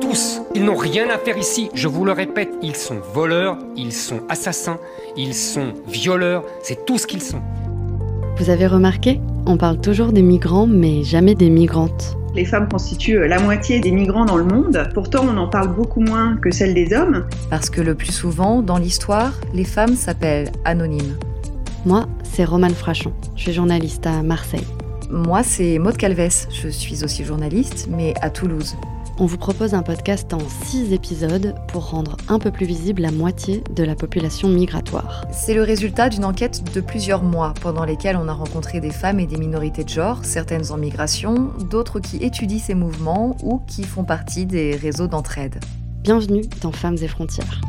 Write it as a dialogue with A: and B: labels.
A: Tous, ils n'ont rien à faire ici, je vous le répète, ils sont voleurs, ils sont assassins, ils sont violeurs, c'est tout ce qu'ils sont.
B: Vous avez remarqué On parle toujours des migrants, mais jamais des migrantes.
C: Les femmes constituent euh, la moitié des migrants dans le monde. Pourtant, on en parle beaucoup moins que celle des hommes.
D: Parce que le plus souvent, dans l'histoire, les femmes s'appellent anonymes.
B: Moi, c'est Romane Frachon. Je suis journaliste à Marseille.
D: Moi, c'est Maude Calves. Je suis aussi journaliste, mais à Toulouse.
B: On vous propose un podcast en 6 épisodes pour rendre un peu plus visible la moitié de la population migratoire.
D: C'est le résultat d'une enquête de plusieurs mois pendant lesquels on a rencontré des femmes et des minorités de genre, certaines en migration, d'autres qui étudient ces mouvements ou qui font partie des réseaux d'entraide.
B: Bienvenue dans Femmes et Frontières.